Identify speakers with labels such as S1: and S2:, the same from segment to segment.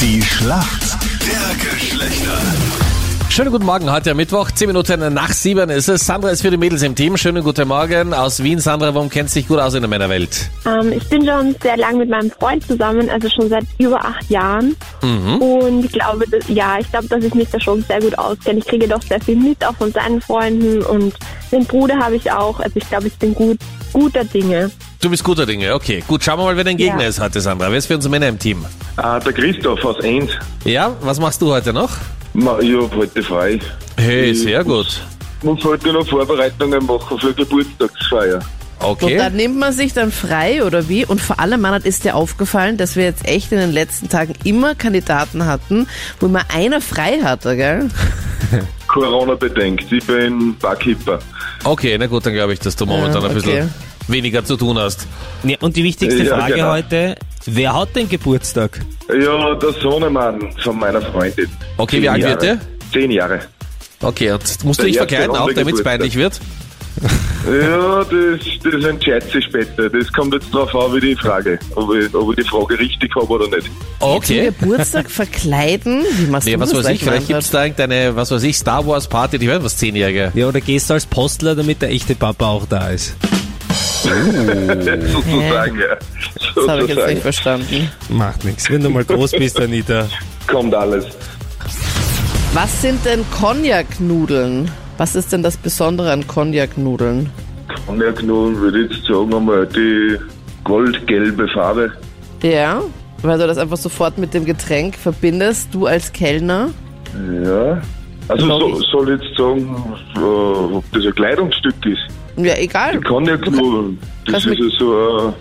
S1: Die Schlacht der Geschlechter.
S2: Schönen guten Morgen, heute am Mittwoch, 10 Minuten nach 7 ist es. Sandra ist für die Mädels im Team. Schönen guten Morgen aus Wien. Sandra, warum kennst du dich gut aus in der Männerwelt?
S3: Ähm, ich bin schon sehr lange mit meinem Freund zusammen, also schon seit über acht Jahren. Und ich glaube, dass, ja, ich glaube, dass ich mich da schon sehr gut auskenne. Ich kriege doch sehr viel mit, auch von seinen Freunden. Und den Bruder habe ich auch. Also ich glaube, ich bin gut, guter Dinge.
S2: Du bist guter Dinge, okay. Gut, schauen wir mal, wer dein Gegner
S3: Ja.
S2: ist heute, Sandra. Wer ist für unsere Männer im Team?
S4: Ah, der Christoph aus End.
S2: Ja, was machst du heute noch?
S4: Ma, ich hab heute frei.
S2: Hey,
S4: Ich
S2: sehr
S4: muss-
S2: gut.
S4: Muss heute noch Vorbereitungen machen für Geburtstagsfeier.
S2: Okay.
S5: Und dann nimmt man sich dann frei oder wie? Und vor allem, Mann, ist dir aufgefallen, dass wir jetzt echt in den letzten Tagen immer Kandidaten hatten, wo immer einer frei hatte, gell?
S4: Corona bedenkt. Ich bin Barkeeper.
S2: Okay, na gut, dann glaube ich, dass du momentan
S5: Ja,
S2: ein bisschen
S5: okay.
S2: weniger zu tun hast.
S6: Ja, und die wichtigste
S4: Ja,
S6: Frage
S4: genau.
S6: heute, wer hat denn Geburtstag?
S4: Ja, der Sohnemann von meiner Freundin.
S2: Okay,
S4: Zehn
S2: wie alt
S4: Jahre.
S2: wird der?
S4: Zehn Jahre.
S2: Okay, und musst du
S4: Der
S2: dich
S4: erste
S2: verkleiden auch,
S4: Runde
S2: damit es
S4: Geburtstag.
S2: peinlich wird?
S4: Ja, das, das entscheidet sich später. Das kommt jetzt drauf an, wie die Frage. Ob ich, ob ich die Frage richtig habe oder nicht.
S2: Okay.
S5: Geburtstag verkleiden? Wie machst
S2: Nee,
S5: du
S2: was
S5: das
S2: weiß
S5: gleich,
S2: ich, vielleicht
S5: Manfred?
S2: gibt es da irgendeine, was weiß ich, Star Wars Party, die hören was Zehnjährige.
S6: Ja, oder gehst du als Postler, damit der echte Papa auch da ist?
S4: Sozusagen, ja.
S5: Das habe ich jetzt nicht
S4: Sozusagen.
S5: verstanden.
S6: Macht nichts. Wenn du mal groß bist, Anita.
S4: Kommt alles.
S5: Was sind denn Cognac-Nudeln? Was ist denn das Besondere an Cognac-Nudeln?
S4: Cognac-Nudeln würde ich jetzt sagen, einmal die goldgelbe Farbe.
S5: Ja, weil du das einfach sofort mit dem Getränk verbindest, du als Kellner.
S4: Ja. Also
S5: Glaub
S4: so, soll ich jetzt sagen, äh, ob das ein Kleidungsstück ist.
S5: Ja, egal.
S4: Cognac-Nudeln, das
S5: Kannst
S4: ist
S5: du
S4: ja so, äh,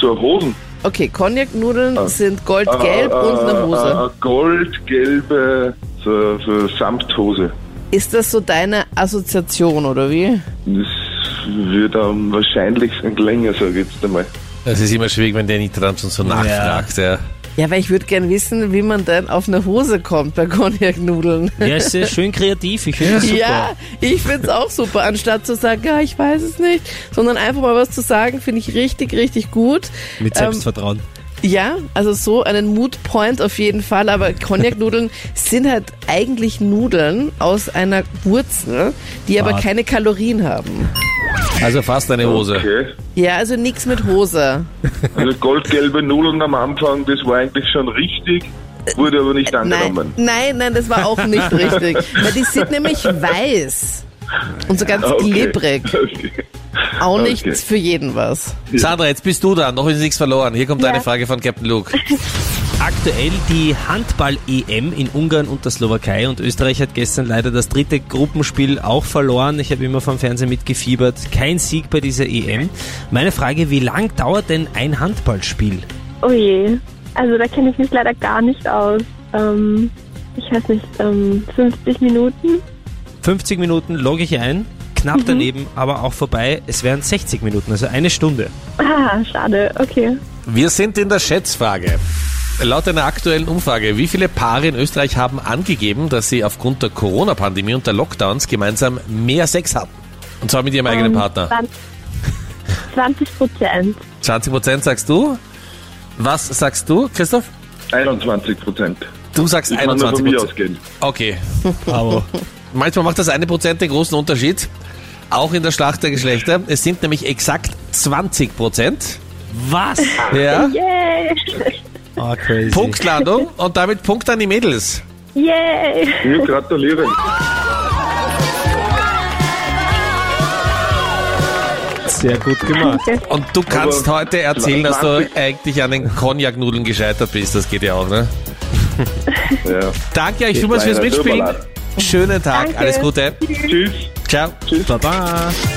S4: so ein Hosen.
S5: Okay, Cognac-Nudeln sind goldgelb
S4: Äh, äh,
S5: und eine Hose.
S4: äh, Eine goldgelbe so, so Samthose.
S5: Ist das so deine Assoziation oder wie?
S4: Das wird am wahrscheinlichsten länger, sage ich jetzt einmal.
S2: Das ist immer schwierig, wenn der nicht dran schon so nachfragt. Ja.
S5: Ja, weil ich würde gern wissen, wie man denn auf eine Hose kommt bei Cognac-Nudeln.
S6: Ja, ist sehr schön kreativ. Ich finde das super.
S5: Ja, ich find's auch super, anstatt zu sagen, ja, ich weiß es nicht, sondern einfach mal was zu sagen, finde ich richtig, richtig gut.
S6: Mit
S5: Ähm,
S6: Selbstvertrauen.
S5: Ja, also so einen Mood-Point auf jeden Fall, aber Cognac-Nudeln sind halt eigentlich Nudeln aus einer Wurzel, die aber
S6: Ah.
S5: keine Kalorien haben.
S2: Also fast eine Hose.
S4: Okay.
S5: Ja, also nix mit Hose.
S4: Also goldgelbe Nudeln am Anfang, das war eigentlich schon richtig, wurde aber nicht
S5: Äh, Nein,
S4: angenommen.
S5: nein, nein, das war auch nicht richtig. Weil die sind nämlich weiß und so ganz
S4: Ah, okay.
S5: klebrig.
S4: Okay.
S5: Auch
S4: Okay.
S5: nichts für jeden was.
S2: Sandra, jetzt bist du dran. Noch ist nichts verloren. Hier kommt
S3: Ja.
S2: eine Frage von Captain Luke.
S6: Aktuell die Handball-EM in Ungarn und der Slowakei und Österreich hat gestern leider das dritte Gruppenspiel auch verloren. Ich habe immer vom Fernsehen mitgefiebert. Kein Sieg bei dieser EM. Meine Frage, wie lang dauert denn ein Handballspiel?
S3: Oh je. Also da kenne ich mich leider gar nicht aus. Ähm, ich weiß nicht, ähm, 50 Minuten?
S6: 50 Minuten logge ich ein, knapp daneben, aber auch vorbei. Es wären 60 Minuten, also eine Stunde.
S3: Ah, schade. Okay.
S2: Wir sind in der Schätzfrage. Laut einer aktuellen Umfrage, wie viele Paare in Österreich haben angegeben, dass sie aufgrund der Corona-Pandemie und der Lockdowns gemeinsam mehr Sex hatten? Und zwar mit ihrem eigenen
S3: Ähm,
S2: Partner.
S3: 20 20 Prozent.
S2: 20 Prozent sagst du. Was sagst du, Christoph?
S4: 21 Prozent.
S2: Du sagst
S4: Ich kann nur von
S2: 21
S4: mir
S2: Prozent.
S4: ausgehen.
S2: Okay.
S6: Aber
S2: Manchmal macht das eine Prozent den großen Unterschied. Auch in der Schlacht der Geschlechter. Es sind nämlich exakt 20 Prozent.
S6: was?
S2: Ja.
S3: Yay!
S6: Oh, crazy.
S2: Punktlandung und damit Punkt an die Mädels.
S3: Yay!
S4: Wir gratulieren.
S6: Sehr gut gemacht.
S2: Und du kannst
S4: Aber
S2: heute erzählen, dass du
S4: 20.
S2: eigentlich an den Cognac-Nudeln gescheitert bist. Das geht ja auch, ne?
S4: Ja.
S2: Danke euch vielmals fürs
S4: leider.
S2: Mitspielen.
S4: Tut mir
S2: Schönen Tag.
S3: Danke.
S2: Alles Gute.
S4: Tschüss.
S2: Ciao.
S6: Baba.